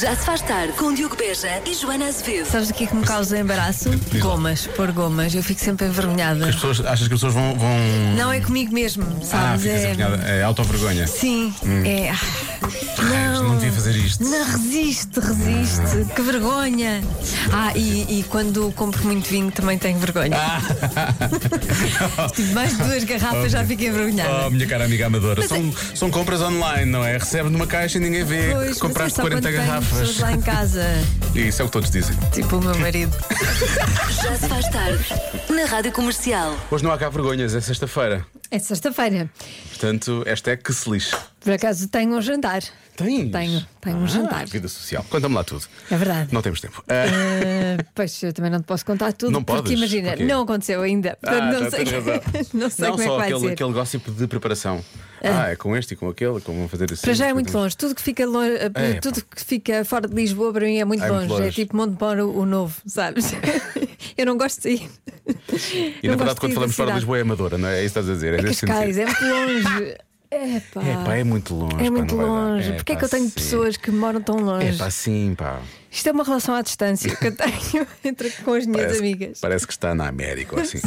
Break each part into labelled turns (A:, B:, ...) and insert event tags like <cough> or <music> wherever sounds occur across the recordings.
A: Já se faz tarde com Diogo Beja e Joana Azevedo.
B: Sabes o que é que me causa embaraço?
C: lá.
B: Gomas, pôr gomas. Eu fico sempre envergonhada.
C: As pessoas, achas que as pessoas vão. vão...
B: Não é comigo mesmo,
C: ah,
B: sabes?
C: ficas Hum.
B: é...
C: apanhada. É auto-vergonha.
B: Sim, é. ah,
C: Raios, Não devia fazer isto.
B: Não, resiste, resiste. Que vergonha. Ah, e, e quando compro muito vinho também tenho vergonha.
C: Ah,
B: Tive mais de duas garrafas já fico envergonhada.
C: Oh, minha cara amiga amadora,
B: Mas
C: são,
D: é-
C: são compras online, não é? Recebe numa caixa e ninguém vê.
B: Pois, mas é
C: Compraste
B: só quando
C: 40
B: tenho pessoas
C: garrafas.
B: lá em casa,
C: E isso é o que todos dizem.
B: tipo o meu marido.
A: Já se faz tarde na Rádio Comercial.
C: Hoje não há cá vergonhas, é sexta-feira.
D: É sexta-feira.
C: Portanto, esta é que se lixe.
D: Por acaso tenho um jantar.
C: Tens?
D: Tenho, tenho um
C: Ah,
D: jantar.
C: Vida social. Conta-me lá tudo.
D: É verdade.
C: Não temos
D: <laughs>
C: tempo. Ah,
D: Eh, pois eu também não te posso contar tudo.
C: Não
D: porque
C: podes?
D: imagina,
C: Porquê?
D: não aconteceu ainda. Portanto,
C: ah,
D: não,
C: já
D: <laughs> sei,
C: tens razão.
D: não sei
C: Não
D: como é
C: só
D: que vai
C: aquele,
D: ser.
C: aquele gossip de preparação. Ah, é com este e com aquele, como vão fazer assim.
D: Para já é
C: depois
D: muito
C: temos-
D: longe. Tudo que fica longe, eh,
C: É,
D: tudo que fica fora de Lisboa para mim é muito
C: É muito
D: longe. É
C: longe.
D: tipo Monte Moro o novo, sabes? <laughs> eu não gosto de ir.
C: E na verdade, quando falamos fora de Lisboa, é amadora, não é? É isso que estás a dizer. É,
D: é
C: nesse
D: Cascais,
C: sentido.
D: é muito
C: <laughs>
D: longe. Epá.
C: É pá, é muito longe.
D: É
C: pá,
D: muito
C: não vai dar.
D: longe. Porquê é
C: pá,
D: que eu tenho
C: sim.
D: pessoas que moram tão longe?
C: É pá, sim, pá.
D: Isto é uma relação à distância que eu tenho <laughs> entre com as minhas amigas.
C: parece que está na América
D: <laughs>
C: ou assim.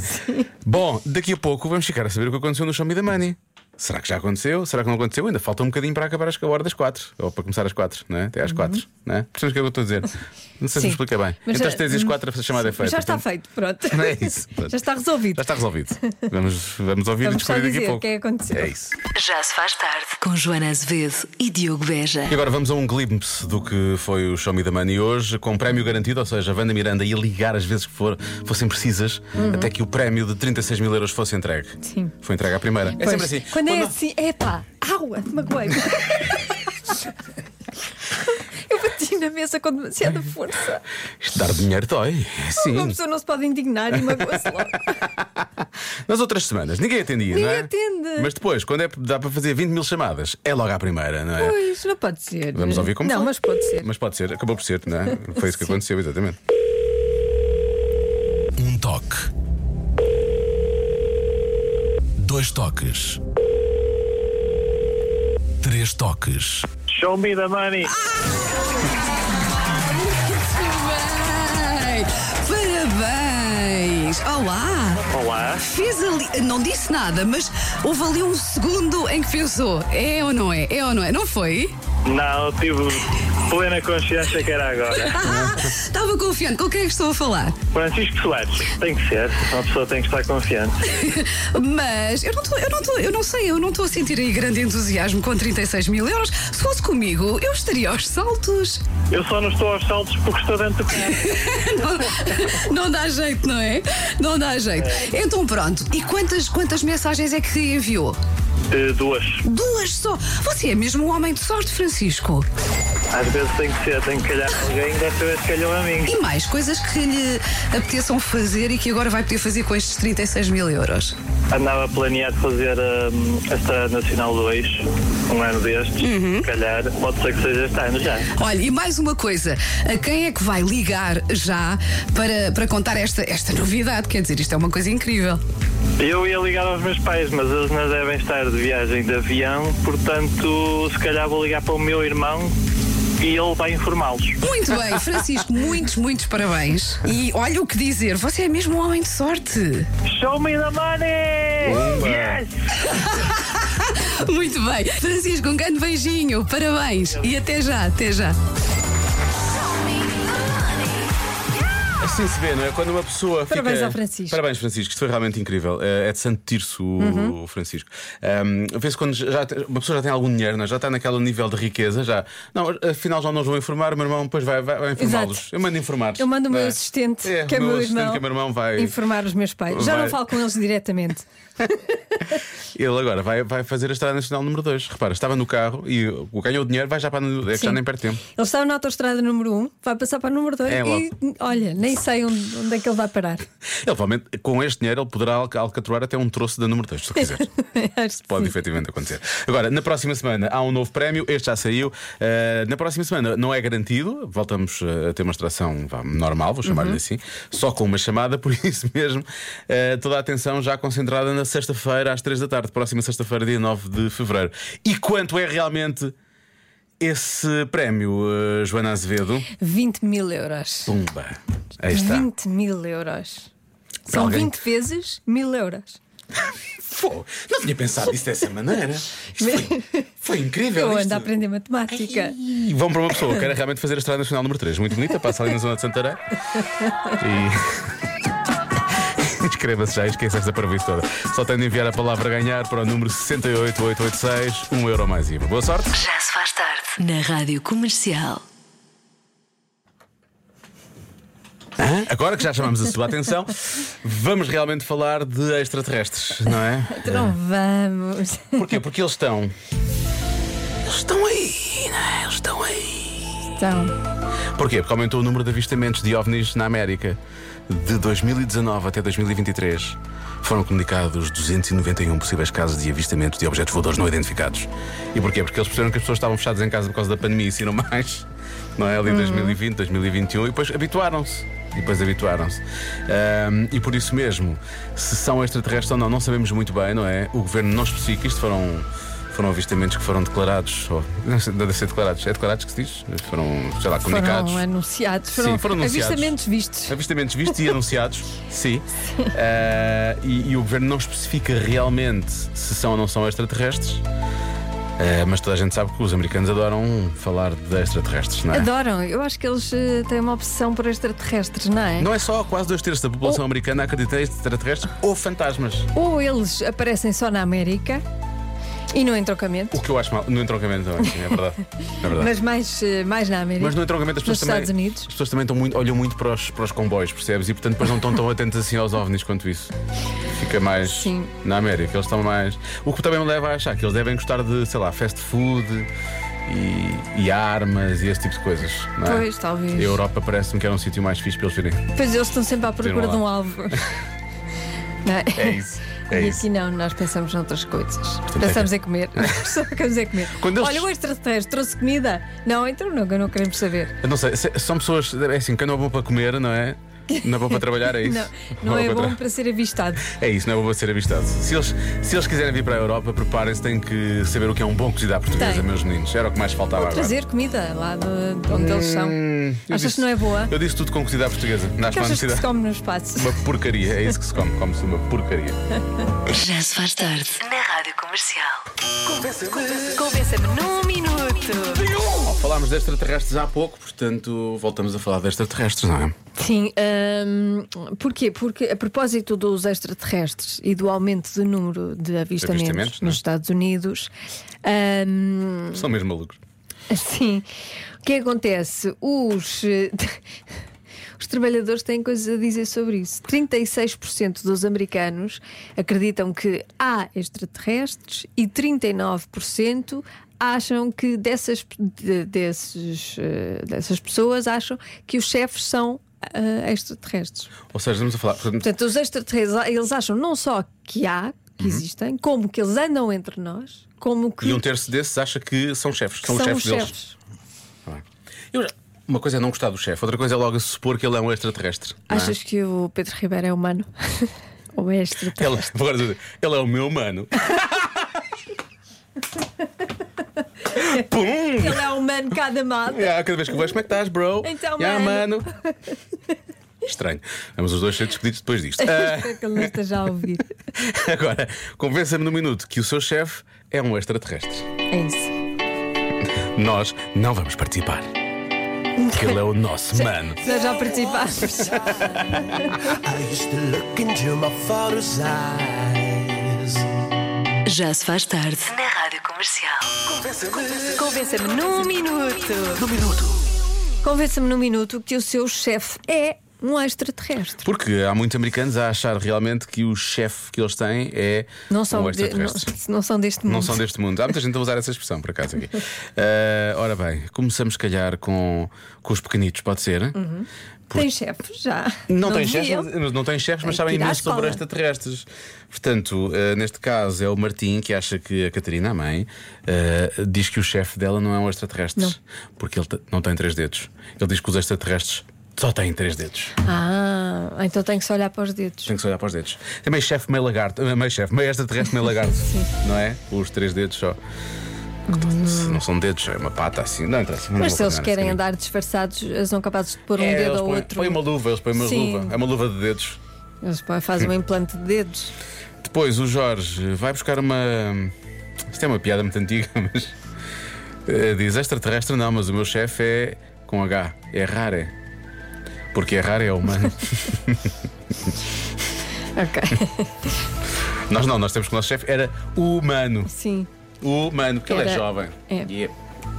C: Bom, daqui a pouco vamos ficar a saber o que aconteceu no Show Me the Money. Será que já aconteceu? Será que não aconteceu? Ainda falta um bocadinho para acabar a hora das quatro. Ou para começar às quatro, não é? Até às quatro, não é? Percebes o que é que eu estou a dizer? Não sei se
D: Uhum. Sim.
C: me expliquei bem.
D: Mas
C: Entre
D: já-
C: as três e as quatro a chamada é
D: Mas
C: feita.
D: já está
C: portanto,
D: feito, pronto.
C: Não é isso.
D: <laughs> Já está resolvido.
C: Já está resolvido. Vamos, vamos ouvir
D: Vamos
C: e descobrir
D: só
C: daqui a
D: dizer
C: pouco.
D: o que é que aconteceu.
C: É isso.
A: Já se faz tarde com Joana Azevedo e Diogo Beja.
C: E agora vamos a um glimpse do que foi o Show Me the Money hoje, com prémio garantido, ou seja, a Wanda Miranda ia ligar as vezes que for, fossem precisas, até que o prémio de 36 mil euros fosse entregue.
D: Uhum. Sim.
C: Foi entregue à primeira. É
D: Pois,
C: sempre assim.
D: Quando é assim, é pá, água, magoei <laughs> Eu bati na mesa com demasiada força.
C: Isto dar dinheiro dói. É
D: Uma
C: Sim.
D: pessoa não se pode indignar e magoa-se
C: <laughs>
D: logo.
C: Nas outras semanas, ninguém atendia, não é?
D: Ninguém atende.
C: Mas depois, quando é, dá para fazer 20 mil chamadas, é logo à primeira, não é?
D: Pois, não pode ser. eh,
C: Vamos ouvir como
D: Não,
C: foi.
D: mas pode ser.
C: Mas pode ser, acabou por ser,
D: <laughs>
C: não é? Foi isso que
D: Sim.
C: aconteceu, exatamente.
E: Um toque. Dois toques. Três toques.
F: Show me the money.
G: Bem, Parabéns! Olá!
F: Olá.
G: Fez ali. Não disse nada, mas houve ali um segundo em que pensou: é ou não é? É ou não é? Não foi? <laughs>
F: Não, tive plena consciência que era agora.
G: Estava confiante. Com quem é que estou a falar?
F: Francisco Soares, tem que ser. Uma pessoa tem que estar confiante.
G: Mas eu não, tô, eu, não tô, eu não sei, eu não estou a sentir aí grande entusiasmo com 36 mil euros. Se fosse comigo, eu estaria aos saltos. <laughs>
F: Eu só não estou aos saltos porque estou dentro do carro.
G: Não, não dá jeito, não é? Não dá jeito. Então pronto. E quantas, quantas mensagens é que enviou?
F: Eh, duas.
G: Duas só. Você é mesmo um homem de sorte, Francisco.
F: Às vezes tem que ser, tem que calhar alguém, desta vez calhou a mim.
G: E mais coisas que lhe apeteçam fazer e que agora vai poder fazer com estes 36 mil euros.
F: Andava a planear fazer hum, esta Nacional 2, um ano destes. Se calhar, pode ser que seja este ano já.
G: Olha, e mais uma coisa: a quem é que vai ligar já para, para contar esta, esta novidade? Quer dizer, isto é uma coisa incrível.
F: Eu ia ligar aos meus pais, mas eles não devem estar de viagem de avião, portanto, se calhar vou ligar para o meu irmão e ele vai informá-los.
G: Muito bem, Francisco, muitos, muitos parabéns. E olha o que dizer: você é mesmo um homem de sorte.
F: Show me the money! Yes!
G: Muito bem. Francisco, um grande beijinho, parabéns. E até já, até já.
C: Assim se vê, não é? Quando uma pessoa
D: Parabéns
C: fica...
D: ao Francisco.
C: Parabéns, Francisco. Isto foi realmente incrível. Eh, É de Santo Tirso o- o
D: Uhum.
C: Francisco. Um, Vê-se quando já, te- uma pessoa já tem algum dinheiro, não é? já está naquele nível de riqueza, já. Não, afinal já não os vou informar, o meu irmão depois vai, vai, vai informá-los.
D: Exato.
C: Eu mando informar
D: Eu mando o meu assistente, que é meu, irmão,
C: que é meu irmão, vai.
D: informar os meus pais. Já
C: vai-
D: não falo com eles diretamente.
C: Ele agora vai, vai fazer a Estrada Nacional número 2. Repara, estava no carro e o- ganhou o dinheiro, vai já para. a- É que já
D: Sim.
C: nem perde tempo.
D: Ele está na autostrada número 1, vai passar para a número 2
C: É
D: e olha, nem sei onde, onde é que ele vai parar. <laughs>
C: Ele, provavelmente, com este dinheiro, ele poderá alca- alcatruar até um troço da número 2, se quiser.
D: Acho que
C: Pode
D: sim.
C: efetivamente acontecer. Agora, na próxima semana há um novo prémio, este já saiu. Uh, na próxima semana não é garantido, voltamos uh, a ter uma extração vá, normal, vou chamar-lhe assim, só com uma chamada, <laughs> por isso mesmo, uh, toda a atenção já concentrada na sexta-feira, às três da tarde, próxima sexta-feira, dia 9 de fevereiro. E quanto é realmente Esse prémio, eh, Joana Azevedo,
D: 20 mil euros.
C: pumba, aí está.
D: 20 mil euros. São
C: alguém-
D: 20 vezes mil euros.
C: Fô, não tinha pensado nisso dessa maneira. Isto <laughs> foi, foi incrível.
D: Eu
C: isto.
D: ando a aprender matemática.
C: Ih, Vão para uma pessoa que quer realmente fazer a Estrada Nacional número 3. Muito bonita, passa ali na zona de Santarém. E. <laughs> Inscreva-se já, esqueça esta parvoíce toda. Só tem de enviar a palavra ganhar para o número 68886, 1 euro mais IVA. Boa sorte.
A: Já se faz tarde na Rádio Comercial.
C: Agora que já chamamos a sua atenção, vamos realmente falar de extraterrestres, não é?
D: Então vamos.
C: Porquê? Porque eles estão. Eles estão aí, não é? Eles estão aí.
D: Então,
C: Porquê? Porque aumentou o número de avistamentos de ovnis na América. De 2019 até 2023 foram comunicados 291 possíveis casos de avistamento de objetos voadores não identificados. E porquê? Porque eles perceberam que as pessoas estavam fechadas em casa por causa da pandemia e assim não mais. Não é? Ali em 2020, 2021 e depois habituaram-se. E depois habituaram-se. Ahm, e por isso mesmo, se são extraterrestres ou não, não sabemos muito bem, não é? O governo não especifica, isto foram foram avistamentos que foram declarados, ou não sei, devem ser declarados, é declarados que se diz? Foram, sei lá, comunicados.
D: foram um anunciados.
C: Sim,
D: Foram,
C: foram anunciados.
D: avistamentos vistos.
C: Avistamentos vistos
D: <laughs>
C: e anunciados, sim. Ah, e, e o governo não especifica realmente se são ou não são extraterrestres, Ah, mas toda a gente sabe que os americanos adoram falar de extraterrestres, não é?
D: Adoram. Eu acho que eles eh, têm uma obsessão por extraterrestres, não é?
C: Não é só quase dois terços da população
D: Oh.
C: americana acredita em extraterrestres ou fantasmas.
D: Ou eles aparecem só na América e no entroncamento,
C: O que eu acho mal, no entroncamento também, sim, é verdade. É
D: <laughs>
C: verdade.
D: mas mais, eh, mais na América.
C: Mas no entroncamento as
D: Nos
C: pessoas também.
D: Estados Unidos.
C: As pessoas também estão muito, olham muito para os, para os comboios, percebes? E portanto depois não estão tão atentos assim aos ovnis quanto isso. Fica mais
D: Sim.
C: na América, eles estão mais. O que também me leva a achar que eles devem gostar de, sei lá, fast food e, e armas e esse tipo de coisas. Não é?
D: Pois, talvez.
C: A Europa parece-me que era um sítio mais fixe para eles virem.
D: Pois eles estão sempre à procura
C: Vejam
D: de um
C: lá. <laughs>
D: alvo. Não é?
C: É isso. É
D: e
C: isso.
D: aqui não, nós pensamos noutras coisas. Pensamos em
C: <laughs>
D: comer. Só queremos é comer.
C: Quando eles-
D: Olha, o extraterrestre trouxe comida. Não, então não, não queremos saber.
C: Eu não sei, se- são pessoas. É assim, quem não é bom para comer, não é? Não é bom para
D: <laughs>
C: trabalhar, é isso?
D: Não, não é
C: para
D: bom
C: tra-
D: para ser avistado.
C: É isso, não é bom para ser avistado. Se eles, se eles quiserem vir para a Europa, preparem-se, têm que saber o que é um bom cozido à portuguesa,
D: Tem.
C: meus meninos. Era o que mais faltava agora.
D: Trazer comida lá de, de onde eles são.
C: Hum, eu
D: Achas que não é boa?
C: Eu disse tudo com cozida à portuguesa. Nasce
D: Que
C: para a
D: achas que se
C: necessidade.
D: come no espaço?
C: Uma porcaria, é isso que se come, come-se uma
D: <laughs>
C: porcaria.
A: Já se faz tarde na Rádio Comercial. Convença-me num minuto.
C: Falámos de extraterrestres há pouco, portanto voltamos a falar de extraterrestres, não é?
D: Sim, hum, porquê? Porque a propósito dos extraterrestres e do aumento do número de avistamentos,
C: Avistamentos, não é?
D: nos Estados Unidos, hum,
C: São mesmo malucos.
D: assim, o que acontece? Os, eh, <laughs> os trabalhadores têm coisas a dizer sobre isso. 36% dos americanos acreditam que há extraterrestres e 39% acham que dessas, de- desses, eh, dessas pessoas acham que os chefes são eh, extraterrestres.
C: Ou seja, estamos a falar. portanto,
D: Portanto, os extraterrestres, eles acham não só que há, que existem, como que eles andam entre nós, como que,
C: Uhum. e um terço desses acha que são chefes,
D: que
C: são,
D: são
C: os chefes deles. Tá bem. Eu já- Uma coisa é não gostar do chefe, outra coisa é logo supor que ele é um extraterrestre. não é?
D: Achas que o Pedro Ribeiro é humano? <laughs> Ou é extraterrestre?
C: Ele, agora dizer, ele é o meu mano. Pum!
D: Ele é humano cada mata.
C: Yeah, cada vez que vejo, como é que estás, bro?
D: Então,
C: yeah,
D: mano.
C: Estranho. Vamos os dois ser despedidos depois disto.
D: <laughs>
C: Ah, <laughs>
D: Espero que ele não esteja a ouvir.
C: agora, convença-me no minuto que o seu chefe é um extraterrestre.
D: É isso.
C: Nós não vamos participar. Que ele é
D: <laughs>
C: o nosso mano.
D: Nós já
C: <laughs>
D: participámos.
H: I used to look into my father's eyes.
A: Já se faz tarde na Rádio Comercial. Convença-me num minuto.
D: Convença-me num minuto que o seu chefe é um extraterrestre.
C: Porque há muitos americanos a achar realmente que o chefe que eles têm é
D: Não são,
C: um
D: de- não,
C: extraterrestre.
D: não são deste mundo.
C: Não são deste mundo. Há muita gente a usar essa expressão, por acaso, aqui. Ah, ora bem, começamos, se calhar, com, com os pequenitos, pode ser?
D: Tem chefe já.
C: Uhum. Não, É, tem
D: deviam.
C: chefes, não, não tem chefes, mas
D: Tem que
C: sabem
D: ir à
C: imenso sobre
D: escola.
C: extraterrestres. Portanto, eh, neste caso é o Martim que acha que a Catarina, a mãe, eh, diz que o chefe dela não é um extraterrestre. Porque ele te- não tem três dedos. Ele diz que os extraterrestres só têm três dedos.
D: Ah, então tem que se olhar para os dedos.
C: Tem que se olhar para os dedos. É
D: <laughs>
C: meio chefe, meio lagarto. eh, Meio chefe, meio extraterrestre, meio lagarto. não é? Os três dedos só. Se Não são dedos, é uma pata assim. Não interessa. vamos
D: Mas se eles
C: apanhar
D: querem
C: esse
D: andar disfarçados, eles são capazes de pôr um
C: caminho. É,
D: dedo
C: eles
D: ao
C: põem-
D: outro.
C: Põem uma luva, eles põem uma
D: Sim.
C: luva. É uma luva de dedos.
D: Eles põem- fazem um implante de dedos.
C: Depois o Jorge vai buscar uma. Isto é uma piada muito antiga, <laughs> mas. eh, Diz extraterrestre, não, mas o meu chefe é com H. É rare. Porque é rare
D: <laughs>
C: é humano.
D: Ok,
C: nós não, nós temos que o nosso chefe era humano.
D: <laughs> sim.
C: Humano, porque ele é
D: Era-
C: jovem.
D: é.
C: E é-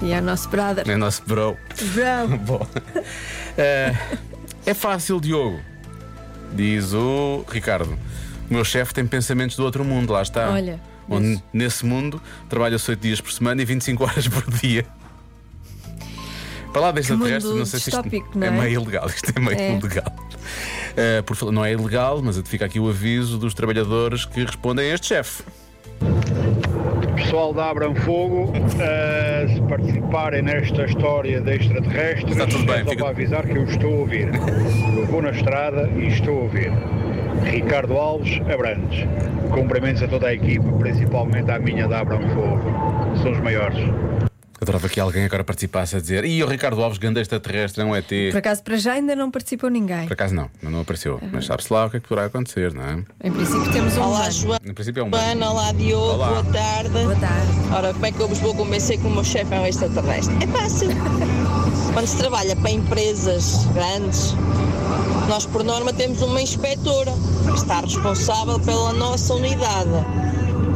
D: E é o nosso brother.
C: é nosso bro.
D: <laughs> Bro.
C: Bom. Eh, é fácil, Diogo. Diz o Ricardo. O meu chefe tem pensamentos do outro mundo, lá está.
D: Olha,
C: Onde,
D: isso.
C: nesse mundo trabalha-se 8 dias por semana e 25 horas por dia. Para lá deste
D: Que mundo
C: terrestre, não sei se
D: distópico,
C: isto
D: não é?
C: meio ilegal. Isto é meio
D: É.
C: ilegal. Eh, por falar- não é ilegal, mas fica aqui o aviso dos trabalhadores que respondem a este chefe.
I: Pessoal da Abram Fogo, eh, se participarem nesta história de extraterrestres,
C: Está tudo bem,
I: é só
C: fica-
I: para avisar que eu estou a ouvir. Eu vou na estrada e estou a ouvir. Ricardo Alves Abrantes. Cumprimentos a toda a equipa, principalmente à minha da Abram Fogo. São os maiores.
C: Adorava que alguém agora participasse a dizer: e o Ricardo Alves, grande extraterrestre, é um ET.
D: Por acaso, para já ainda não participou ninguém.
C: Por acaso não, não não apareceu.
D: Uhum.
C: Mas sabe-se lá o que é que poderá acontecer, não é?
D: Em princípio, temos um.
J: Olá,
D: humano.
J: Joana.
C: No princípio é um.
J: Olá, Diogo.
C: Olá.
J: Boa tarde.
D: Boa tarde.
J: Ora, como é que eu vos vou convencer que o meu chefe é um extraterrestre? É fácil. Quando se trabalha para empresas grandes, nós por norma temos uma inspetora que está responsável pela nossa unidade.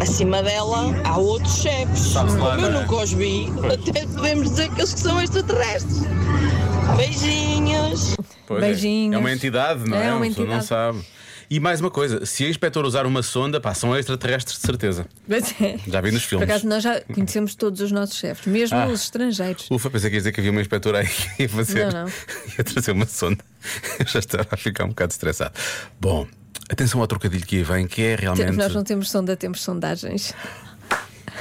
J: Acima dela há outros chefes.
C: Sabe-se lá,
J: Como eu
C: não é?
J: nunca os vi, até podemos dizer que eles que são extraterrestres. Beijinhos.
C: Pois
D: Beijinhos.
C: É. é uma entidade, não é?
D: É uma
C: Uma pessoa não
D: entidade.
C: sabe. E mais uma coisa: se a inspetora usar uma sonda, pá, são extraterrestres de certeza.
D: Mas é.
C: Já vi nos
D: Por
C: filmes.
D: acaso, nós já conhecemos todos os nossos chefes, mesmo os estrangeiros.
C: Ufa, pensei que ia dizer que havia uma inspetora aí que ia fazer.
D: Não, não.
C: <laughs> ia trazer uma sonda. <laughs> Eu já estava a ficar um bocado estressado. Bom, atenção ao trocadilho que aí vem, que é
D: Te-
C: realmente.
D: Nós não temos sonda, temos sondagens.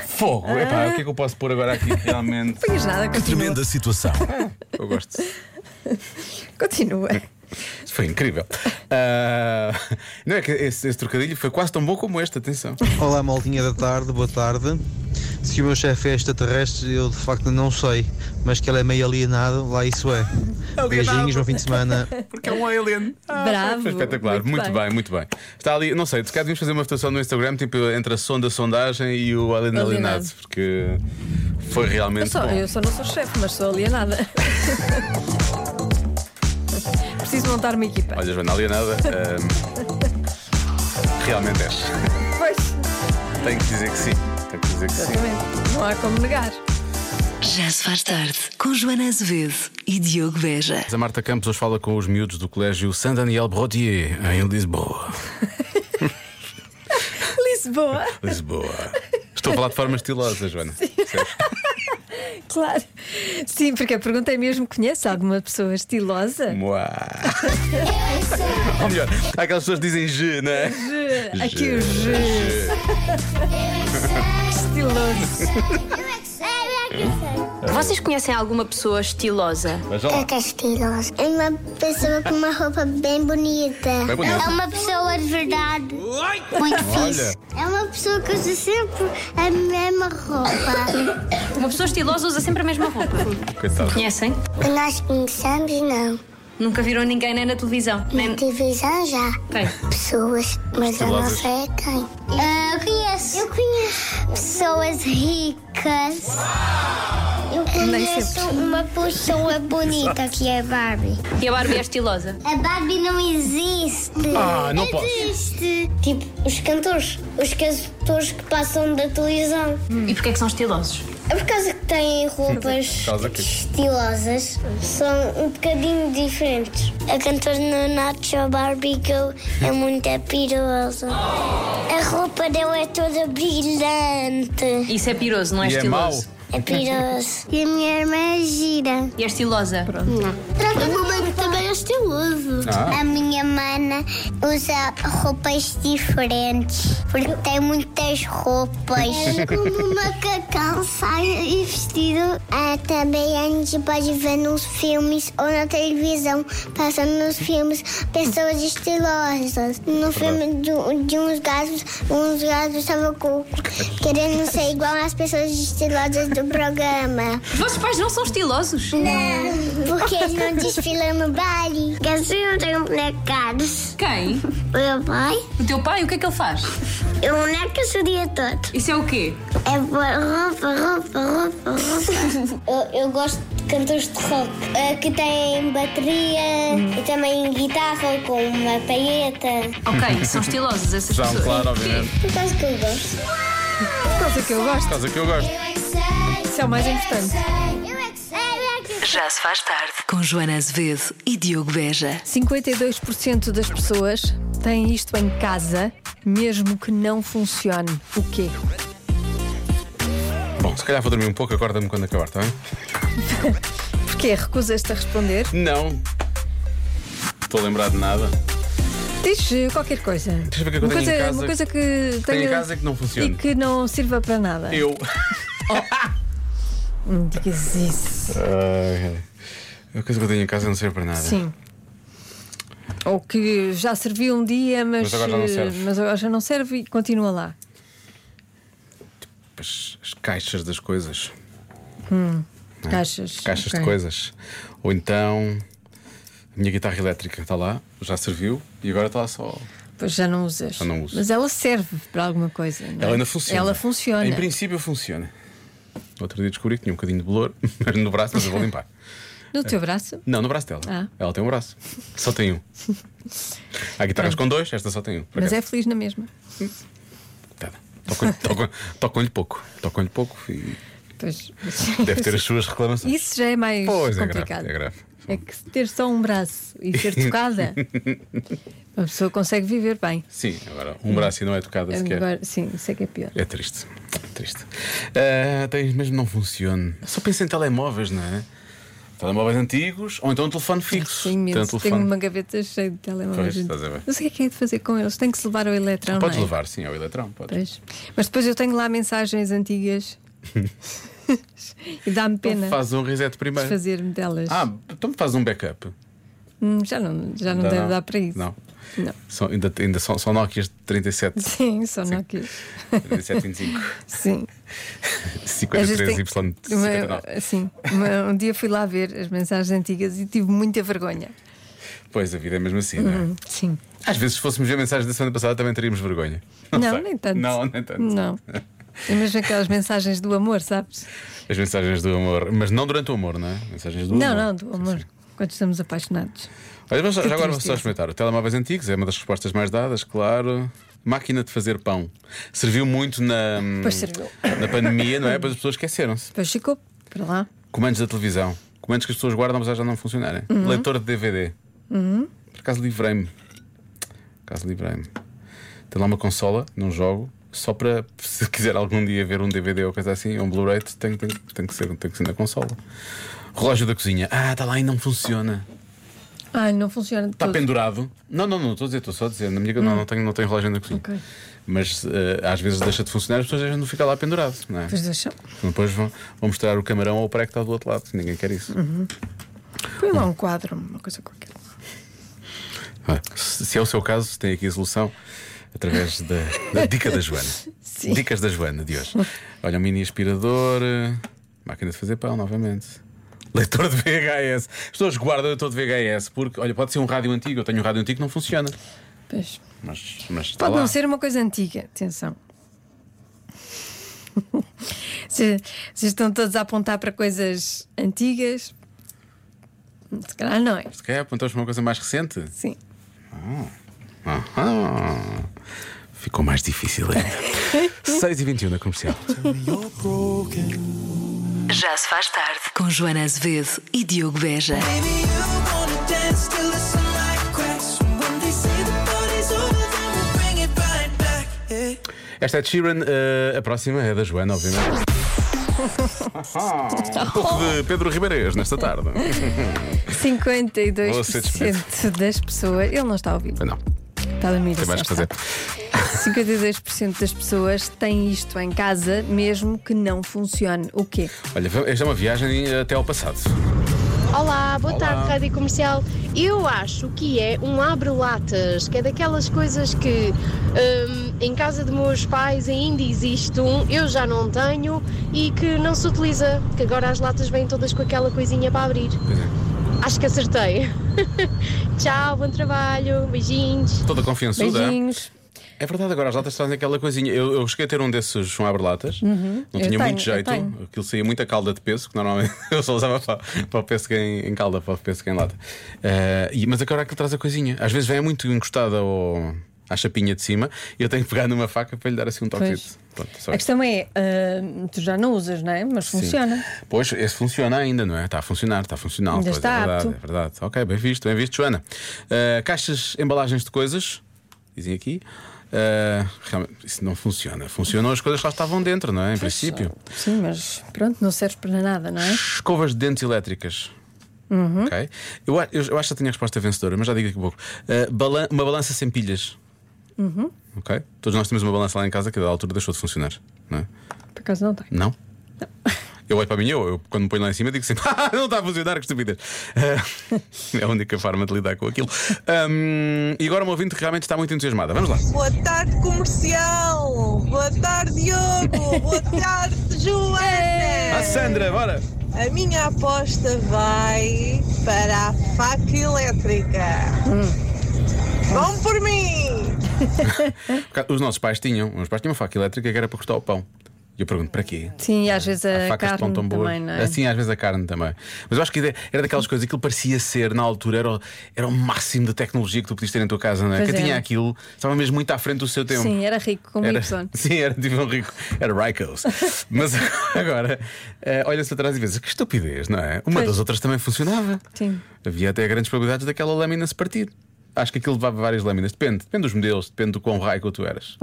C: Fogo!
D: Ah.
C: Epá, o que é que eu posso pôr agora aqui realmente? <laughs>
D: Tens nada,
E: Que
D: continua.
E: tremenda
D: <laughs>
E: situação.
C: Eu gosto.
D: Continua.
C: Isso Foi incrível. Ah, não é que esse, esse trocadilho foi quase tão bom como este, atenção.
K: Olá, maldinha da tarde, boa tarde. Se o meu chefe é extraterrestre, eu de facto não sei, mas que ele é meio alienado, lá isso é. Beijinhos, bom fim de semana.
C: Porque é um alien.
D: Bravo.
C: Foi espetacular, muito,
D: Muito
C: bem. muito bem. Está ali, não sei, se calhar devíamos fazer uma votação no Instagram, tipo entre a sonda, sondagem e o alien
D: Alienado.
C: alienado, porque foi realmente
D: Eu só,
C: bom.
D: eu só não sou chefe, mas sou alienada. <laughs> Preciso montar uma equipa.
C: Olha, Joana, alienada. ah, realmente és.
D: Pois,
C: Tenho que dizer que sim. Tenho que dizer que sim.
D: exatamente. Não há como negar.
A: Já se faz tarde com Joana Azevedo e Diogo Beja.
C: A Marta Campos hoje fala com os miúdos do Colégio Saint Daniel Brodier, em Lisboa.
D: <laughs> Lisboa, <laughs>
C: Lisboa. Estou a falar de forma estilosa, Joana. Percebes?
D: claro. Sim, porque a pergunta é mesmo: conhece alguma pessoa estilosa?
C: Moá. Ou melhor, há aquelas pessoas que dizem G, não é?
D: Aqui o G. Estiloso.
J: Vocês conhecem alguma pessoa estilosa?
C: Mas olha lá.
K: Castilos. É uma pessoa com uma roupa bem bonita.
C: Bem bonito.
K: É uma pessoa de verdade. Muito
C: Olha.
K: É uma pessoa que usa sempre a mesma roupa.
J: Uma pessoa estilosa usa sempre a mesma roupa.
C: Coitado.
J: Conhecem?
K: <coughs> Nós conhecemos, não.
J: Nunca viram ninguém nem na televisão. Nem...
K: televisão já.
J: Tem.
K: Pessoas, mas
C: eu não Estilosas. sei
K: quem. eu Ah, conheço. Eu conheço. Pessoas ricas. Eu conheço uma pessoa bonita que é a Barbie.
J: E a Barbie é estilosa.
K: A Barbie não existe.
C: Ah, não posso.
K: existe. Tipo, os cantores. Os cantores que passam da televisão.
J: E porquê é que são estilosos?
K: É por causa que têm roupas
C: Por causa que-
K: estilosas, são um bocadinho diferentes. A cantora no Nacho Barbie Girl é muito pirosa. A roupa dela é toda brilhante.
J: Isso é piroso, não é
C: E é mau.
J: estiloso.
K: É pirosa. e a minha irmã é gira.
J: E é estilosa.
K: A minha mãe também é estiloso.
C: Ah.
K: A minha mana usa roupas diferentes porque tem muitas roupas. Como macacão, saia e vestido. Ah, também a gente pode ver nos filmes ou na televisão, passando nos filmes, pessoas estilosas. No filme do- de uns gatos, uns gatos estavam com- querendo ser igual às pessoas estilosas do do programa.
L: Os vossos pais não são estilosos?
K: Não, porque eles não desfilam no baile. Que assim não tenho bonecados.
L: Quem?
K: O meu pai.
L: O teu pai, o que é que ele faz?
K: Eu boneca-se o dia todo.
L: Isso é o quê?
K: É roupa, roupa, roupa, roupa. eu, eu gosto de cantores de rock eh, que têm bateria e também guitarra com uma palheta. É
L: Ok, são estilosos essas
C: Já,
D: <laughs>
L: pessoas.
C: claro, obviamente.
K: Por causa que eu gosto.
D: Por causa que eu gosto.
C: Por causa que eu gosto.
D: Isso é o mais importante.
K: é
A: Já se faz tarde. Com Joana Azevedo e Diogo Beja.
D: 52% das pessoas têm isto em casa, mesmo que não funcione. O quê?
C: Bom, se calhar vou dormir um pouco, acorda-me quando acabar, está bem?
D: Porquê? Recusas-te a responder?
C: Não. Estou a lembrar de nada.
D: Diz eh, qualquer coisa.
C: Deixa eu ver o que é que
D: uma,
C: eu tenho em
D: coisa
C: casa
D: uma coisa que,
C: que tenho em casa que não funcione.
D: E que não sirva para nada.
C: Eu.
D: Não digas isso.
C: Ai, A coisa que eu tenho em casa não serve para nada.
D: Sim. Ou que já serviu um dia, mas,
C: Mas agora já não
D: eh,
C: serve.
D: mas agora já não serve e continua lá.
C: As, as caixas das coisas.
D: Hum.
C: não é?
D: Caixas.
C: Caixas de
D: ok.
C: coisas. Ou então. A minha guitarra elétrica está lá, já serviu e agora está lá só.
D: Pois já não usas.
C: Já não uso.
D: Mas ela serve para alguma coisa. não é?
C: Ela ainda funciona.
D: Ela funciona.
C: Em princípio funciona. Outro dia descobri que tinha um bocadinho de bolor <laughs> no braço, mas eu vou limpar.
D: No teu braço?
C: Não, no braço dela.
D: Ah.
C: Ela tem um braço. Só tem um. Há guitarras com dois, esta só tem um. Por
D: Mas
C: acaso. tá,
D: é feliz na mesma.
C: Tocam-lhe tocam- tocam-lhe pouco. Tocam-lhe pouco e
D: Pois.
C: deve ter as suas reclamações.
D: <laughs> Isso já é mais
C: Pois é
D: complicado.
C: grave, é grave.
D: É que ter só um braço e ser
C: <laughs>
D: tocada, a pessoa consegue viver bem.
C: Sim, agora um braço e não é tocada sequer.
D: Agora, sim, isso é que é pior.
C: É triste. É triste. Ah, tens mesmo não funciona. Só pensa em telemóveis, não é? Telemóveis antigos ou então um telefone fixo.
D: Tem imenso.
C: Tem um telefone.
D: Tenho uma gaveta cheia de telemóveis.
C: Pois, estás a ver.
D: Não sei o que é que é de fazer com eles. Tem que se levar ao eletrão.
C: Podes
D: não é?
C: levar, sim, ao eletrão. Podes.
D: Pois. Mas depois eu tenho lá mensagens
C: <laughs>
D: antigas e dá-me pena
C: Então faz um reset primeiro.
D: desfazer-me delas.
C: Ah, então faz um backup.
D: Hum, já não, já não
C: Dá
D: deve
C: não?
D: dar para isso.
C: Não.
D: Não. <laughs>
C: São, ainda ainda são, são Nokias de 37,
D: Sim, só não quis.
C: 37, 25,
D: Sim. Às vezes
C: 53,
D: tem-
C: Y,
D: uma-
C: 59.
D: Sim, uma- um dia fui lá ver as mensagens antigas e tive muita vergonha.
C: Pois a vida é mesmo assim, não é?
D: Hum, sim.
C: Às vezes, se fôssemos ver mensagens da semana passada, também teríamos vergonha.
D: Não,
C: sei.
D: nem tanto.
C: Não, nem tanto.
D: Não. É mesmo aquelas mensagens do amor, sabes?
C: As mensagens do amor, mas não durante o amor, não é? Mensagens do
D: não,
C: amor.
D: não, do amor. Quando estamos apaixonados.
C: Olha, vamos, já
D: Que
C: agora vou
D: tristeza.
C: só experimentar. O telemóveis antigos é uma das respostas mais dadas, claro. Máquina de fazer pão. Serviu muito na, hum,
D: Pois serviu.
C: na pandemia, não é? Pois as pessoas esqueceram-se.
D: Depois ficou para lá.
C: Comandos da televisão. Comandos que as pessoas guardam, mas já não funcionarem.
D: Uhum.
C: Leitor de DVD.
D: Uhum.
C: Por acaso livrei-me. Por acaso livrei-me. Tem lá uma consola, num jogo, só para se quiser algum dia ver um DVD ou coisa assim, ou um Blu-ray, tem, tem, tem, que ser, tem que ser na consola. Relógio da cozinha. Ah, está lá e não funciona.
D: Ai, não funciona. de
C: Está
D: todo.
C: Tá pendurado. Não, não, não estou a dizer, estou só a dizer. Na minha, não, não, tenho, não tenho relógio na cozinha.
D: Hum. Ok.
C: Mas eh, às vezes deixa de funcionar, as pessoas não ficam lá pendurado. Não é?
D: Pois deixa.
C: Depois vão, vão mostrar o camarão ou o pré que está do outro lado. Ninguém quer isso.
D: Uhum. Põe lá um quadro, uma coisa qualquer.
C: Ah, Se se é o seu caso, tem aqui a solução através da, da dica da Joana.
D: <laughs> Sim.
C: Dicas da Joana de hoje. Olha, um mini aspirador, eh, máquina de fazer pão, novamente. Leitor de VHS. As pessoas guardam o leitor de VHS porque, olha, pode ser um rádio antigo. Eu tenho um rádio antigo que não funciona.
D: Pois.
C: Mas, mas está
D: Pode
C: lá.
D: não ser uma coisa antiga, atenção. <laughs> Se- Vocês estão todos a apontar para coisas antigas. Se calhar não é.
C: Se calhar apontamos para uma coisa mais recente?
D: Sim.
C: Ah. Ah. Ficou mais difícil ainda.
D: <laughs>
C: 6 e 21 da comercial.
A: Já se faz tarde. Com Joana Azevedo e Diogo Beja.
C: Esta é de Sheeran, eh, a próxima é da
D: <laughs>
C: Joana, obviamente. Um pouco de Pedro Ribeirês nesta tarde.
D: 52%
C: Vou ser despedido.
D: das pessoas. Ele não está a ouvir.
C: Não.
D: Está a dormir.
C: Tem mais que
D: só
C: fazer.
D: está. 52% das pessoas têm isto em casa, mesmo que não funcione. O quê?
C: Olha, va- esta é uma viagem até ao passado.
M: Olá, boa
C: Olá.
M: tarde, Rádio Comercial. Eu acho que é um abre-latas, que é daquelas coisas que hum, em casa de meus pais ainda existe um, eu já não tenho
N: e que não se utiliza, que agora as latas vêm todas com aquela coisinha para abrir. Acho que acertei. <laughs> Tchau, bom trabalho, beijinhos.
C: Toda confiançuda. É verdade, agora as latas trazem aquela coisinha. Eu, eu cheguei a ter um desses um abre-latas,
D: Uhum,
C: não
D: eu
C: tinha
D: tenho, eu
C: muito jeito,
D: tenho.
C: aquilo saía muita calda de peso, que normalmente <laughs> eu só usava para, para o pêssego em, em calda, para o pêssego em lata. Eh, e- mas agora aquilo traz a coisinha. Às vezes vem muito encostada ao, à chapinha de cima e eu tenho que pegar numa faca para lhe dar assim um toquezito. Pronto, só
D: A
C: isso.
D: questão é, ah, tu já não usas, não é? Mas
C: Sim.
D: funciona.
C: Pois, esse funciona ainda, não é? Está a funcionar, está a funcionar.
D: Ainda
C: Pois,
D: está
C: é verdade,
D: apto.
C: é verdade. Ok, bem visto, bem visto, Joana. Eh, caixas, embalagens de coisas, dizem aqui. Eh, realmente, isso não funciona. Funcionam as coisas que lá estavam dentro, não é? Em princípio.
D: Sim, mas pronto, não serve para nada, não é?
C: Escovas de dentes elétricas.
D: Uhum.
C: Ok? Eu, a- eu- eu acho que já tenho a resposta vencedora, mas já digo daqui a pouco. Eh, balan- uma balança sem pilhas.
D: Uhum.
C: Ok? Todos nós temos uma balança lá em casa que a dada altura deixou de funcionar. Não? é?
D: Por acaso não tem.
C: não? Eu olho para mim, eu, eu quando me ponho lá em cima digo sempre: <laughs> ah, não está a funcionar, que
D: <laughs>
C: estupidez. Eh, é a única forma de lidar com aquilo. Ahm, e agora uma ouvinte que realmente está muito entusiasmada. Vamos lá.
G: Boa tarde, comercial. Boa tarde, Diogo. Boa
N: <laughs>
G: tarde,
N: É.
G: Joana.
C: A Sandra, bora!
G: A minha aposta vai para a faca elétrica. Vão por mim.
C: Porque Os nossos pais tinham, os meus pais tinham uma faca elétrica que era para cortar o pão. E eu pergunto: para quê?
D: Sim, e às vezes
C: Há
D: a
C: facas de pão
D: carne
C: tão boas.
D: também, não é?
C: Assim, às vezes a carne também. Mas eu acho que a ideia- era daquelas coisas, aquilo parecia ser, na altura, era o, era o máximo de tecnologia que tu podias ter em tua casa, não é?
D: Pois
C: Quem tinha
D: era.
C: aquilo estava mesmo muito à frente do seu tempo.
D: Sim, era rico, como
C: era, <laughs>
D: Y.
C: Sim, era tipo um rico. Era Rikos.
D: <laughs>
C: Mas agora, eh, olha-se para trás e vês que estupidez, não é? Uma
D: Pois.
C: das outras também funcionava.
D: Sim.
C: Havia até grandes probabilidades daquela lâmina se partir. Acho que aquilo levava várias lâminas. Depende, depende dos modelos, depende do quão raico
D: <laughs>
C: tu eras.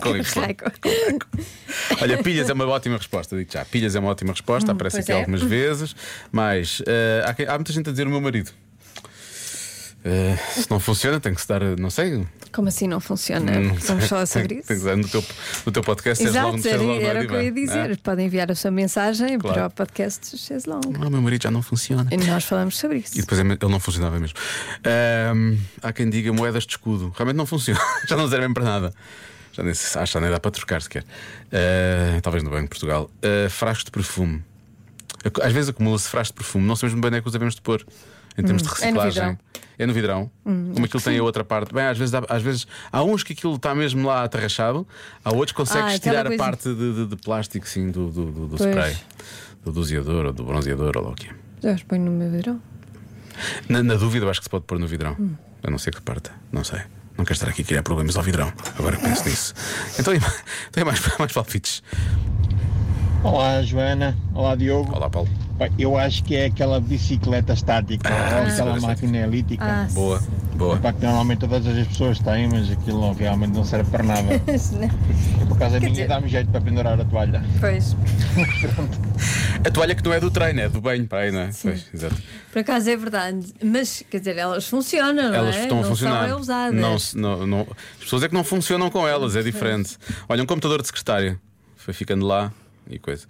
C: Com Y.
D: é
C: Olha, pilhas é uma ótima resposta, digo já. Pilhas é uma ótima resposta,
O: Hum,
C: aparece
O: pois
C: aqui
O: é.
D: <laughs>
C: algumas vezes. Mas eh, há, quem- há muita gente a dizer o meu marido. Eh, se não funciona, tem que se dar, eh, não sei.
D: Como assim não funciona?
C: não
D: Vamos
C: sei,
D: falar sobre
C: tem-
D: isso?
C: Tem que dar no teu, no teu podcast, seres
D: Exato,
C: logo, seres
D: era,
C: logo no
D: era o que eu ia
C: divã,
D: dizer.
C: não é?
D: Podem enviar a sua mensagem
C: Claro.
D: para o podcast Chase Long.
C: Ah, meu marido já não funciona.
D: E nós falamos sobre isso.
C: E depois é me- ele não funcionava mesmo. Ahm, há quem diga moedas de escudo. Realmente não funciona. <laughs> Já não servem para nada. Já nem, se- acho que já nem dá para trocar sequer. Ah, talvez no Banco de Portugal. Ah, frascos de perfume. Ac- Às vezes acumula-se frascos de perfume. Não sabemos bem onde é que os devemos de pôr. Em termos
D: Hum.
C: de
D: É no
C: reciclagem.
D: vidrão.
C: É no vidrão.
D: Hum,
C: Como
D: acho que
C: aquilo tem
D: sim.
C: a outra parte. Bem, às vezes, há, às vezes há uns que aquilo está mesmo lá atarrachado. Há outros que consegues
D: Ah, aquela
C: tirar
D: coisa-
C: a parte de, de- de plástico sim, do, do, do- do
D: Pois.
C: spray. Do doseador ou do bronzeador ou lá o que é.
D: Já os ponho no meu verão.
C: Na, na dúvida, eu acho que se pode pôr no vidrão.
D: Hum.
C: A não ser que parta. Não sei. Não quero estar aqui a criar problemas ao vidrão. Agora que penso nisso. Então, e mais- <laughs> então é mais, mais palpites.
I: Olá, Joana. Olá, Diogo.
C: Olá, Paulo.
I: Eu acho que é aquela bicicleta estática,
C: Ah,
I: ou
C: bicicleta
I: aquela máquina elítica.
D: Ah,
C: Boa, boa.
I: Epá, que normalmente todas as pessoas têm, mas aquilo não- realmente não serve
D: <laughs>
I: para nada. E por
D: Quer
I: causa da minha
D: dizer-
I: dá-me jeito para pendurar a toalha.
D: pois.
C: A toalha que não é do treino, é do banho, para aí, não é? Pois, exato.
D: Por acaso é verdade. Mas, quer dizer, elas funcionam, não
C: elas
D: é?
C: estão
D: não
C: a funcionar.
D: são é usadas.
C: Não se- não- não- As pessoas é que não funcionam com elas, é diferente. Olha, um computador de secretária. Foi ficando lá e coisa.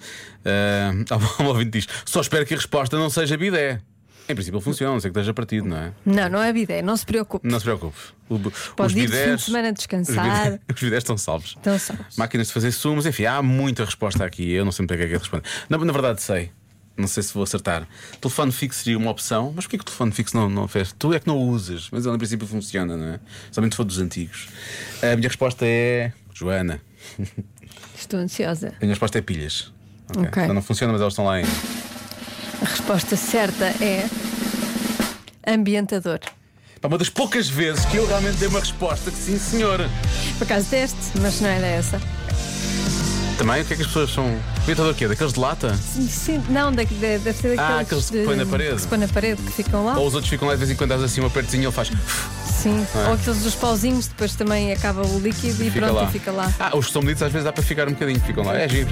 C: Ah, <laughs> Há um ouvinte que diz: só espero que a resposta não seja bidé. Em princípio, ele funciona, não sei que esteja partido, não é?
D: Não, não é bidé, não se preocupe.
C: Não se preocupe. O-
D: Pode
C: os
D: ir de fim de
C: bidés-
D: semana
C: Os
D: descansar.
C: bidés, <laughs> os bidés estão salvos.
D: Então sabe.
C: Máquinas de fazer sumos, enfim, há muita resposta aqui. Eu não sei muito bem o que é que eu respondo. Na, na verdade, sei. Não sei se vou acertar. Telefone fixo seria uma opção, mas porquê que o telefone fixo não, não fez? Tu é que não o usas, mas ele no princípio funciona, não é? Somente se for dos antigos. A minha resposta é. Joana.
D: Estou ansiosa.
C: A minha resposta é pilhas. Ok.
D: Ok.
C: Não, não funciona, mas elas estão lá ainda.
D: A resposta certa é ambientador.
C: Pá, Uma das poucas vezes que eu realmente dei uma resposta que sim, senhor.
D: Por acaso deste, mas não é era essa.
C: Também, o que é que as pessoas são. Inventador o quê? Daqueles de lata?
D: Sim, sim, não, da- da- deve ser daqueles.
C: Ah, aqueles que
D: de-
C: põem na parede.
D: Que se põe na parede, que ficam lá.
C: Ou os outros ficam lá de vez em quando, dás assim um apertinho e ele faz.
D: Sim.
C: Não é?
D: Ou aqueles dos pauzinhos, depois também acaba o líquido e
C: Fica
D: pronto,
C: lá.
D: e fica lá.
C: Ah, os que são medidos às vezes dá para ficar um bocadinho, ficam lá. É giro.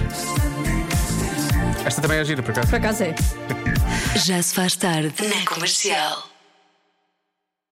C: Esta também é gira, por acaso.
D: Por acaso é.
A: Já se faz tarde na comercial.